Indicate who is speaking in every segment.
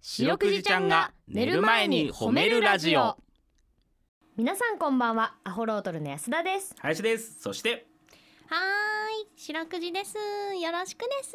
Speaker 1: 白くじちゃんが寝る前に褒めるラジオ
Speaker 2: 皆さんこんばんはアホロートルの安田です
Speaker 1: 林ですそして
Speaker 3: はーい、白くじです。よろしくです。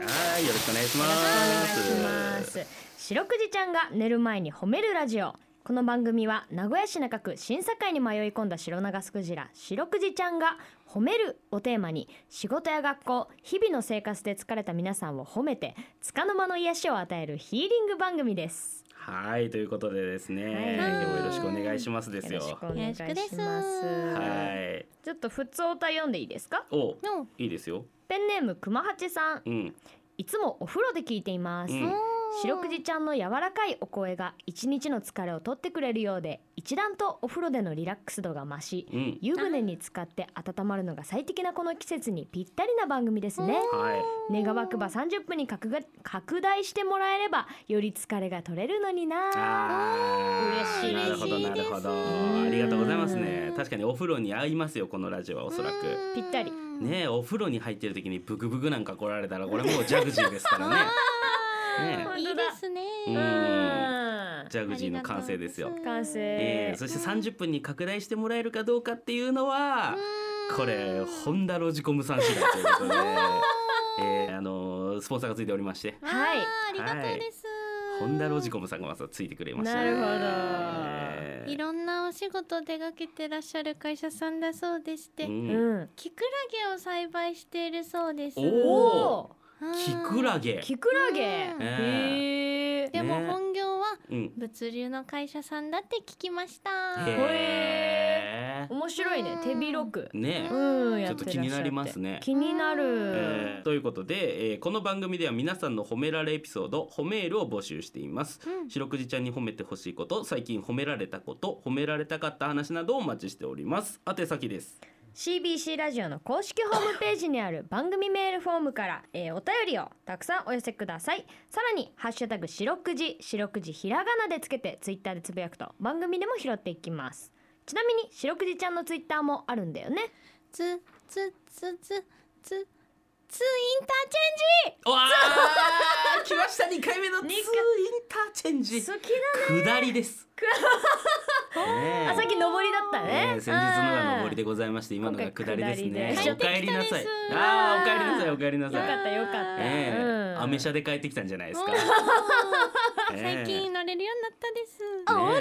Speaker 1: はいよろしくお願いしま
Speaker 2: お願いしますす白くじちゃんが寝る前に褒めるラジオこの番組は名古屋市中区審査会に迷い込んだ白長スクジラ白くじちゃんが褒めるをテーマに仕事や学校日々の生活で疲れた皆さんを褒めて束の間の癒しを与えるヒーリング番組です
Speaker 1: はいということでですね、
Speaker 2: はい
Speaker 1: 今日もよろしくお願いしますですよ
Speaker 2: よろしくお願いし
Speaker 3: よろしくで
Speaker 2: ます
Speaker 3: す
Speaker 1: はい
Speaker 2: ちょっと普通お歌読んでいいですか
Speaker 1: お
Speaker 3: の、
Speaker 1: いいですよ
Speaker 2: ペンネームくまはちさん
Speaker 1: うん
Speaker 2: いつもお風呂で聞いています、
Speaker 1: うん
Speaker 2: 白くじちゃんの柔らかいお声が一日の疲れを取ってくれるようで一段とお風呂でのリラックス度が増し
Speaker 1: うん
Speaker 2: 湯船に浸かって温まるのが最適なこの季節にぴったりな番組ですね
Speaker 1: はい
Speaker 2: 願わくば30分に拡が拡大してもらえればより疲れが取れるのにな
Speaker 1: あー
Speaker 2: 嬉しい
Speaker 1: なるほど
Speaker 3: 嬉し
Speaker 1: ないる
Speaker 3: です
Speaker 1: ほどありがとうございますね
Speaker 3: うん
Speaker 1: 確かにお風呂に合いますよこのラジオはおそらく
Speaker 2: ぴったり
Speaker 1: ねえお風呂に入ってる時にブクブクなんか来られたらこれもうジャグジーです からねね
Speaker 3: いいですね。
Speaker 1: うん
Speaker 2: うん
Speaker 1: ジャグジーの完成ですよ
Speaker 2: 完成
Speaker 1: えー、そして30分に拡大してもらえるかどうかっていうのはこれ本田ロジコムさん次第ということで、えーあのースポンサーがついておりまして
Speaker 2: はい
Speaker 3: わーありがたいです。
Speaker 1: 本田ロジコムさんがまずついてくれました
Speaker 2: なるほど
Speaker 1: えー
Speaker 3: いろんなお仕事出かけてらっしゃる会社さんだそうでして、
Speaker 1: うん
Speaker 2: うん
Speaker 3: キクラゲを栽培しているそうです。
Speaker 1: おー
Speaker 2: お
Speaker 3: うん
Speaker 1: キクラゲ
Speaker 2: ーキクラゲ
Speaker 3: うん
Speaker 2: へー
Speaker 3: でも
Speaker 1: ね
Speaker 3: 本業は
Speaker 1: うん
Speaker 3: 物流の会社さんだって聞きました。
Speaker 1: へ
Speaker 2: 面白いね手広く
Speaker 1: ーねえ
Speaker 2: うん
Speaker 1: ち
Speaker 2: や
Speaker 1: ょって
Speaker 2: らっ
Speaker 1: と気
Speaker 2: しゃ
Speaker 1: になりますね
Speaker 2: 気にな
Speaker 1: え
Speaker 2: る
Speaker 1: ーということで、えーこの番組では皆さんの褒められエピソード褒めールを募集しています
Speaker 3: うん
Speaker 1: 白くじちゃんに褒めてほしいこと最近褒められたこと褒められたかった話などをお待ちしております宛先です
Speaker 2: CBC ラジオの公式ホームページにある番組メールフォームから、えーお便りをたくさんお寄せくださいさらに「ハッシュタグ白くじ」「白くじひらがな」でつけてツイッターでつぶやくと番組でも拾っていきますちなみに白くじちゃんのツイッターもあるんだよね
Speaker 3: つつつつつつインタ
Speaker 1: わあ来ました2回目のツーインターチェン
Speaker 2: 好
Speaker 1: ジ
Speaker 2: きだね
Speaker 1: 下りですねえ
Speaker 2: あさっき上りだったね
Speaker 1: ねえ先日のが上りでございまして今のが下りですね
Speaker 2: 今
Speaker 1: お
Speaker 2: 回
Speaker 1: 帰りなさい
Speaker 3: 帰ってきたです
Speaker 1: ああお帰りなさいお帰りな
Speaker 2: よか
Speaker 1: さい
Speaker 2: ったよかった、
Speaker 1: ええ
Speaker 2: うん
Speaker 1: アメ車で帰ってきたんじゃないですか
Speaker 3: チェ
Speaker 1: ねえ
Speaker 3: ンジ。最近乗れるようになったです。
Speaker 2: あ本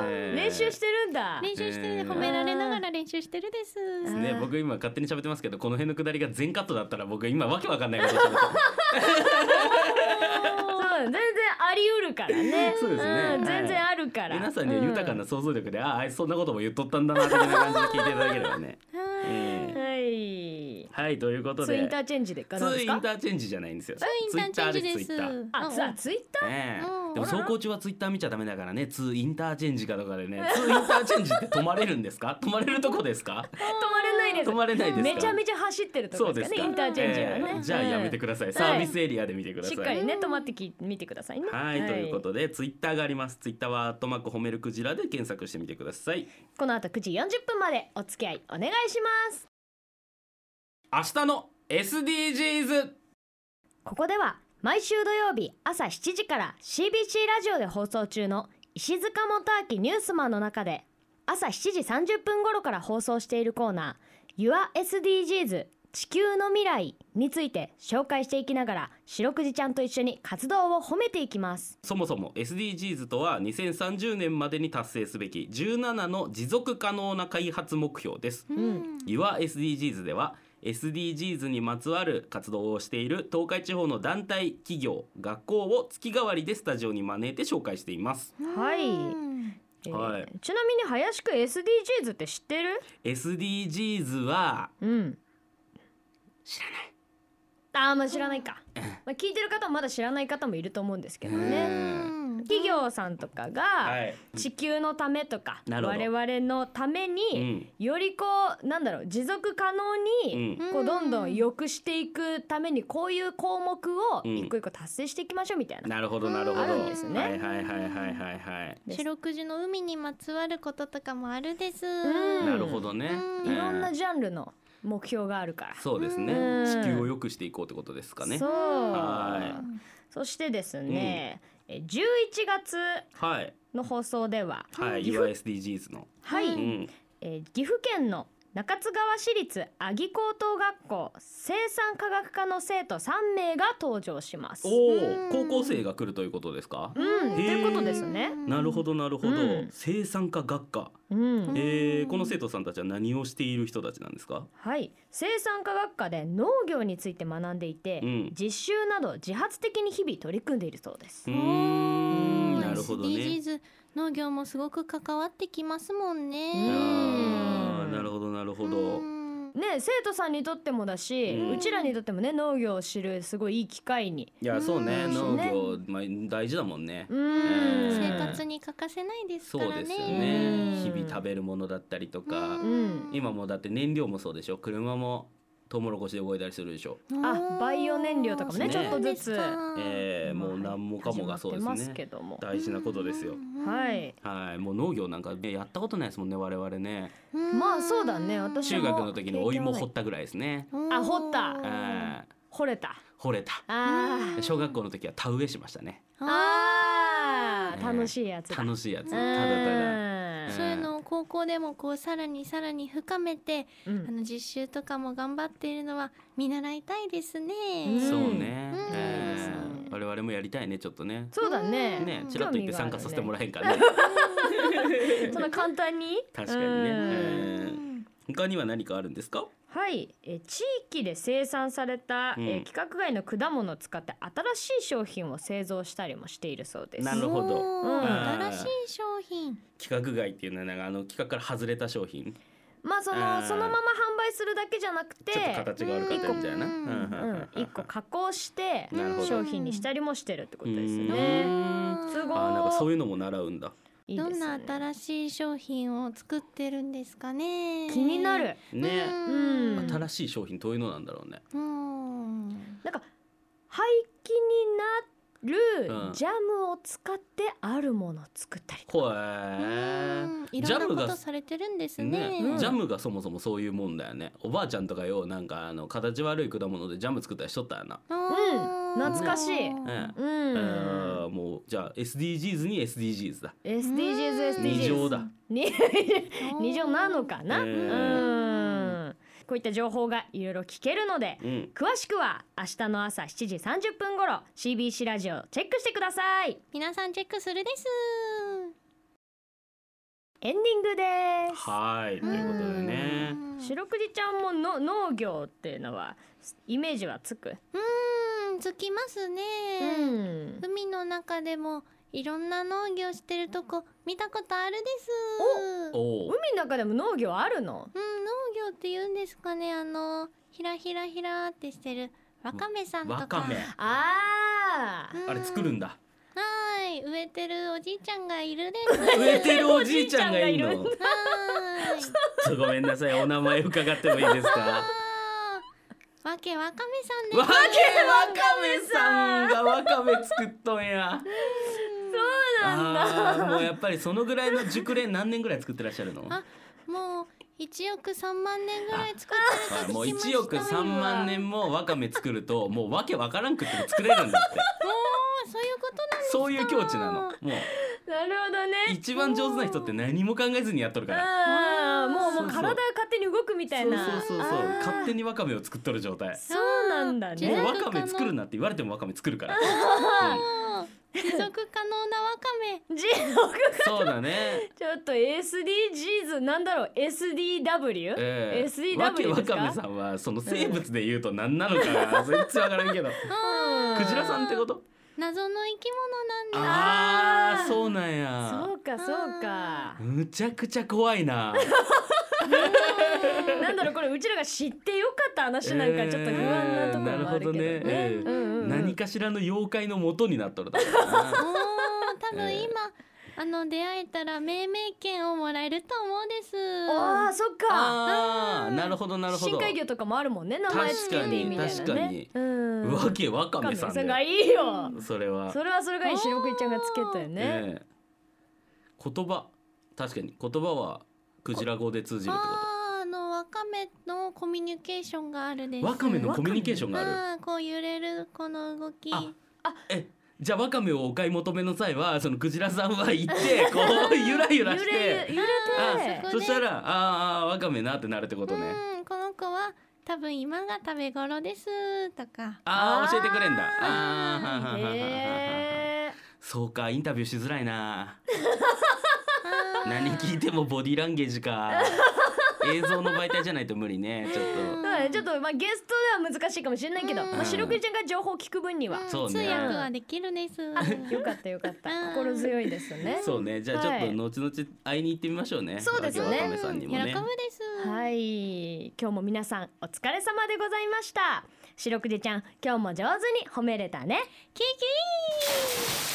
Speaker 2: 当、
Speaker 1: ええ
Speaker 2: 練習してるんだ
Speaker 3: 練習してるね褒められながら練習してるです。
Speaker 2: う
Speaker 1: ね
Speaker 2: ん
Speaker 1: 僕今勝手に喋ってますけどこの辺の下りが全カットだったら僕今わけわかんないこと喋ってます
Speaker 2: そう全然あり得るからね
Speaker 1: そうですね
Speaker 2: ん、全然あるから、
Speaker 1: 皆さんね、
Speaker 2: う
Speaker 1: 豊かな想像力であああいつそんなことも言っとったんだな的な感じで聞いていただければね、ええ
Speaker 2: はい
Speaker 1: はいということ
Speaker 2: ツ
Speaker 1: で
Speaker 2: インターチェンジでか
Speaker 1: ツ
Speaker 2: なんで
Speaker 1: ー
Speaker 2: す
Speaker 1: イン
Speaker 2: か
Speaker 1: ターチェンジじゃないんですよ
Speaker 3: ツインターチェンジです。
Speaker 1: ツイッターですツイッ
Speaker 2: あ、ツあツイッタ
Speaker 1: ターねえ
Speaker 3: うん
Speaker 1: でも走行中はツイッター見ちゃダメだからねツーインターチェンジかとかでねツーインターチェンジって止まれるんですか止まれるとこですか
Speaker 2: ー止まれないです
Speaker 1: 止まれないですか
Speaker 2: めちゃめちゃ走ってると
Speaker 1: そ
Speaker 2: こ
Speaker 1: うで
Speaker 2: です
Speaker 1: すか
Speaker 2: かねインターチェンジはね、
Speaker 1: ええじゃあやめて
Speaker 2: だ
Speaker 1: くださいサービスエリアで見てくだ
Speaker 2: さ
Speaker 1: さ
Speaker 2: い
Speaker 1: い、
Speaker 2: しっかりね止まってき見てくださいね
Speaker 1: はい、ということでツイッターがありますツイッターは「アットマーク褒めるクジラ」で検索してみてください
Speaker 2: この後9時40分までお付き合いお願いします
Speaker 1: 明日の SDGs
Speaker 2: ここでは毎週土曜日朝7時から CBC ラジオで放送中の石塚元明ニュースマンの中で朝7時30分頃から放送しているコーナー YourSDGs 地球の未来について紹介していきながら白くじちゃんと一緒に活動を褒めていきます
Speaker 1: そもそも SDGs とは2030年までに達成すべき17の持続可能な開発目標です。
Speaker 3: うん
Speaker 1: YourSDGs では SDGs にまつわる活動をしている東海地方の団体企業学校を月替わりでスタジオに招いて紹介しています。
Speaker 2: はい
Speaker 3: うん
Speaker 1: はい
Speaker 2: ーちなみに林くん SDGs って知ってる
Speaker 1: SDGs は
Speaker 2: うん知らないあーまあ知らないか、まあ、聞いてる方もまだ知らない方もいると思うんですけどね、
Speaker 3: うん
Speaker 2: 企業さんとかが、
Speaker 1: はい、
Speaker 2: 地球のためとか
Speaker 1: なるほ
Speaker 2: 我
Speaker 1: ど
Speaker 2: 々のため
Speaker 1: う
Speaker 2: に、
Speaker 1: ん
Speaker 2: よりこうなんだろう持続可能
Speaker 1: う
Speaker 2: に、
Speaker 1: ん
Speaker 2: こうどんどん良くしていくためにこういう項目を
Speaker 1: うん
Speaker 2: 一個一個達成していきましょうみたいな。
Speaker 1: なるほどなるほど。
Speaker 2: あるんですね
Speaker 1: はいはいはいはいはいはい。
Speaker 3: 白くじの海にまつわることとかもあるです。
Speaker 2: うん
Speaker 1: なるほどね。
Speaker 3: うん
Speaker 1: えー
Speaker 2: いろんなジャンルの目標があるから。
Speaker 1: そうですね。
Speaker 2: うん
Speaker 1: 地球を良くしていこうってことですかね。
Speaker 2: そう
Speaker 1: は
Speaker 2: そしてですね、え11月
Speaker 1: はい
Speaker 2: の放送では、
Speaker 1: はい
Speaker 2: 岐
Speaker 1: u
Speaker 2: 阜
Speaker 1: SDGs の、
Speaker 2: はい、
Speaker 3: う
Speaker 1: うん、
Speaker 2: えー岐阜県の中津川市立阿義高等学校生産科学科の生徒3名が登場します。
Speaker 1: おお
Speaker 3: うん
Speaker 1: 高校生が来るということですか
Speaker 2: うん、と
Speaker 1: へー
Speaker 2: いうことですね。
Speaker 1: なるほどなるほど、
Speaker 2: うん
Speaker 1: 生産科学科、
Speaker 2: うん、
Speaker 1: えー、この生徒さんたちは何をしている人たちなんですか
Speaker 2: はい、生産科学科で農業について学んでいて、
Speaker 1: うん
Speaker 2: 実習など自発的に日々取り組んでいるそうで
Speaker 1: う
Speaker 2: す
Speaker 1: ー。
Speaker 3: うん
Speaker 1: んなるほどね
Speaker 3: SDGs 農業もすごく関わってきますもん
Speaker 1: あ
Speaker 3: ね。
Speaker 1: ーなるほどなるほど
Speaker 3: うん
Speaker 2: ね、生徒さんにとってもだし、
Speaker 1: う
Speaker 2: うんちらにとってもね農業を知るすごいいい機会に。
Speaker 1: いやそうね
Speaker 3: うん
Speaker 1: 農業、まあ、大事だもんね
Speaker 2: う
Speaker 1: うん
Speaker 2: ん、
Speaker 3: 生活に欠かせないですか
Speaker 1: そう
Speaker 3: ら
Speaker 1: ですよ
Speaker 3: ね。
Speaker 1: ね
Speaker 2: う
Speaker 1: 日
Speaker 2: ん
Speaker 1: 々食べるものだったりとか
Speaker 3: うん
Speaker 2: うん、
Speaker 1: 今もうだって燃料もそうでしょ車もトウモロコシで動いたりするでしょ、
Speaker 2: あバイオ燃料とかも
Speaker 1: ね
Speaker 3: おー
Speaker 1: ちょっと
Speaker 2: ずつ
Speaker 3: そうなんですか
Speaker 1: えー、もう何もかもがそうで
Speaker 2: 始まってますす
Speaker 1: ね
Speaker 2: けども。
Speaker 1: 大事なことですよ。
Speaker 2: はい。
Speaker 1: はいもう農業なんかねやったことないですもんね我々ね
Speaker 3: うん
Speaker 2: まあそうだね私
Speaker 1: 中学の時にお芋掘ったぐらいですね
Speaker 2: あ掘った
Speaker 3: うん
Speaker 1: あー
Speaker 2: 掘れた。
Speaker 1: 掘れた
Speaker 2: あー
Speaker 1: 小学校の時は田植えしましたね
Speaker 2: あー
Speaker 1: うん
Speaker 2: 楽しいやつだ。
Speaker 1: 楽しいやつ
Speaker 2: う
Speaker 1: た
Speaker 2: ん
Speaker 1: だただうん
Speaker 3: そういうのを高校でもこうさらにさらに深めて、
Speaker 2: うん
Speaker 3: あの実習とかも頑張っているのは見習いたいですね。
Speaker 2: うん
Speaker 1: そうね、
Speaker 3: うん
Speaker 1: え
Speaker 3: うん
Speaker 1: ー我々もやりたいねちょっとね
Speaker 2: そうだね。
Speaker 1: ねちらっと言って参加させてもらえんかね
Speaker 2: える。そんな簡単に。
Speaker 1: 確かにね
Speaker 2: うん
Speaker 1: えー他には何かあるんですか
Speaker 2: はい、えー地域で生産された、
Speaker 1: うん
Speaker 2: えー規格外の果物を使って新しい商品を製造したりもしているそうです。
Speaker 1: なるほど
Speaker 3: お
Speaker 2: うん
Speaker 3: ー新しい商品。
Speaker 1: 企画外っていうのはなんかあの企画から外れた商品
Speaker 2: まあそ
Speaker 1: あ
Speaker 2: の
Speaker 1: ー
Speaker 2: そのまま販売するだけじゃなくて、
Speaker 1: ちょっと形が悪かったみたいな
Speaker 3: うん
Speaker 2: うん、一個加工して
Speaker 1: なるほど
Speaker 2: 商品にしたりもしてるってことです
Speaker 1: うん
Speaker 2: ね。すご
Speaker 1: あ
Speaker 2: い
Speaker 1: ーなんかそういうのも習うんだ
Speaker 2: いいで
Speaker 3: ど
Speaker 2: す
Speaker 3: んな
Speaker 2: ね
Speaker 3: 新しい商品を作ってるんですかね。
Speaker 2: 気になる。
Speaker 1: ね
Speaker 3: うん
Speaker 2: うん
Speaker 1: 新しい商品どういうのなんだろうね
Speaker 3: うん
Speaker 2: なんか廃棄にな
Speaker 1: うん
Speaker 2: るジャムを使ってあるものを作ったりとか。
Speaker 1: ほえ
Speaker 3: うんい
Speaker 1: ジャ
Speaker 3: ろ
Speaker 1: ム
Speaker 3: んな
Speaker 1: が
Speaker 3: ことされてるんです
Speaker 1: ね、
Speaker 3: ね。
Speaker 2: うん
Speaker 1: ジャムがそもそもそういうもんだよねおばあちゃんとかよなんかあの形悪い果物でジャム作ったりしとったよな、
Speaker 3: うん
Speaker 2: 懐かしい
Speaker 1: うん
Speaker 2: う。
Speaker 1: うんん、もうじゃあ SDGs に SDGs だ
Speaker 2: SDGs
Speaker 3: う
Speaker 2: SDGs。
Speaker 3: ん
Speaker 1: 二乗だ
Speaker 2: に二乗なのか
Speaker 1: え
Speaker 2: な。う
Speaker 1: ー
Speaker 2: ん。こういった情報がいろいろ聞けるので。
Speaker 1: うん
Speaker 2: 詳しくは明日の朝7時30分頃 CBC ラジオをチェックしてください
Speaker 3: 皆さんチェックするです。
Speaker 2: エンディングです
Speaker 1: はいということでね
Speaker 2: 白くじちゃんもの農業っていうのはイメージはつく
Speaker 3: うん、つきますね。
Speaker 2: うん
Speaker 3: 海の中でもいろんな農業してるとこ見たことあるです。
Speaker 1: おお
Speaker 2: 海の中でも農業あるの
Speaker 3: うん、農業って言うんですかね。あのひらひらひらってしてるわかめさんとか。
Speaker 1: わかめ
Speaker 2: あー
Speaker 1: あれ作るんだ
Speaker 3: はーい、植えてるおじいちゃんがいるです。は
Speaker 1: 植えてるおじいちゃんがいる
Speaker 2: おじ
Speaker 1: の
Speaker 2: いちゃんがいる
Speaker 3: ーい。
Speaker 1: ちょっとごめんなさいお名前伺ってもいいです か
Speaker 3: あーわけわかめさんです。
Speaker 1: わけわかめさんがわかめ作っとんやそうなんだもうやっぱりそのぐらいの熟練何年ぐらい作ってらっしゃるの
Speaker 3: あもう一億三万年ぐらい作ってる
Speaker 1: あ
Speaker 3: と
Speaker 1: もう
Speaker 3: 聞きました。
Speaker 1: 1億3万年もわかめ作るともうわけわからんくっても作れるんだって
Speaker 3: おーそういうことなんですか。
Speaker 1: そういう境地なのも
Speaker 2: なるほど
Speaker 1: う
Speaker 2: ね
Speaker 1: 一番上手な人って何も考えずにやっとるから
Speaker 2: あーもうもう
Speaker 1: そうそう
Speaker 2: 体が勝手に動くみたい
Speaker 1: そう
Speaker 2: な
Speaker 1: そうそうそう
Speaker 2: あー
Speaker 1: 勝手にわかめを作っとる状態
Speaker 2: そうなんだ
Speaker 3: え
Speaker 1: もう
Speaker 2: ね
Speaker 1: わかめ作るなって言われてもわかめ作る から、うん
Speaker 3: もう持続可能なわかめ。
Speaker 2: 持続
Speaker 1: そうだね
Speaker 2: ちょっと SDGs なんだろう SDW、
Speaker 1: ええ
Speaker 2: SDW
Speaker 1: わけ
Speaker 2: で
Speaker 1: わ
Speaker 2: すか
Speaker 1: かめさんはその生物で言うと何なのかが全然わからんけど
Speaker 3: あー
Speaker 1: クジラさんってこと
Speaker 3: 謎の生き物なんだ。
Speaker 1: あ
Speaker 2: あ
Speaker 1: ー
Speaker 2: ー
Speaker 1: そうなんや
Speaker 2: そうかそうか
Speaker 1: むちゃくちゃ怖いな
Speaker 2: なんだろうこれうちらが知ってよかった話なんかちょっと不安なところもあるけ
Speaker 1: えーなるほど
Speaker 2: どね,、
Speaker 1: ねえー
Speaker 2: うんうんうん
Speaker 1: 何かしらの妖怪の元になっとるだろうな
Speaker 3: おー多分今、あの出会えたら命名権をもらえると思うです。
Speaker 2: あーそっか
Speaker 1: あーなるほどなるほ
Speaker 2: 深
Speaker 1: ど
Speaker 2: 海魚とかもあるもんね名前つけてみたいなね
Speaker 1: 確かに確か
Speaker 2: うん
Speaker 1: わけわか
Speaker 2: わか
Speaker 1: め
Speaker 2: め
Speaker 1: さ
Speaker 2: さ
Speaker 1: ん
Speaker 2: ん
Speaker 1: だ
Speaker 2: が
Speaker 1: よ
Speaker 2: いいよ
Speaker 1: それは
Speaker 2: それはそれがいい白くいちゃんがつけたよね、
Speaker 1: えー言葉確かに言葉はクジラ語で通じるってこ
Speaker 3: あーあのわかめのコミュニケーションがあるです。
Speaker 1: とわかめのコミュニケーションがある
Speaker 3: あーこう揺れるこの動き。
Speaker 1: あえじゃあわかめをお買い求めの際はそのクジラさんは行 ってこうゆらゆらし
Speaker 2: 揺れ
Speaker 1: て
Speaker 2: 揺れ
Speaker 3: あ
Speaker 2: て
Speaker 1: そしたらあーあーわかめなってなるってことね
Speaker 3: うんこの子は多分今が食べ頃ですと か
Speaker 1: ああ教えてくれんだ
Speaker 3: あ
Speaker 1: あーはんはんはんはんはんはん
Speaker 2: へ
Speaker 1: そうかインタビューしづらいな何聞いてもボディランゲージ か映像の媒体じゃないと無理ねちょっ
Speaker 2: ーだからちょっとまあゲストでは難しいかもしれないけど、
Speaker 3: うん
Speaker 2: まあ白くじちゃんが情報を聞く分には
Speaker 3: うん
Speaker 1: そうね
Speaker 3: 通訳はできるです。
Speaker 2: よかったよかった
Speaker 3: うん
Speaker 2: 心強いですね
Speaker 1: とそうねじゃあちょっと後々会いに行ってみましょうね
Speaker 2: そうですね
Speaker 1: わけわかめさんにも
Speaker 3: 喜ぶ
Speaker 1: ね
Speaker 3: です。
Speaker 2: はい今日も皆さんお疲れ様でございました白くじちゃん今日も上手に褒めれたね
Speaker 3: キキー。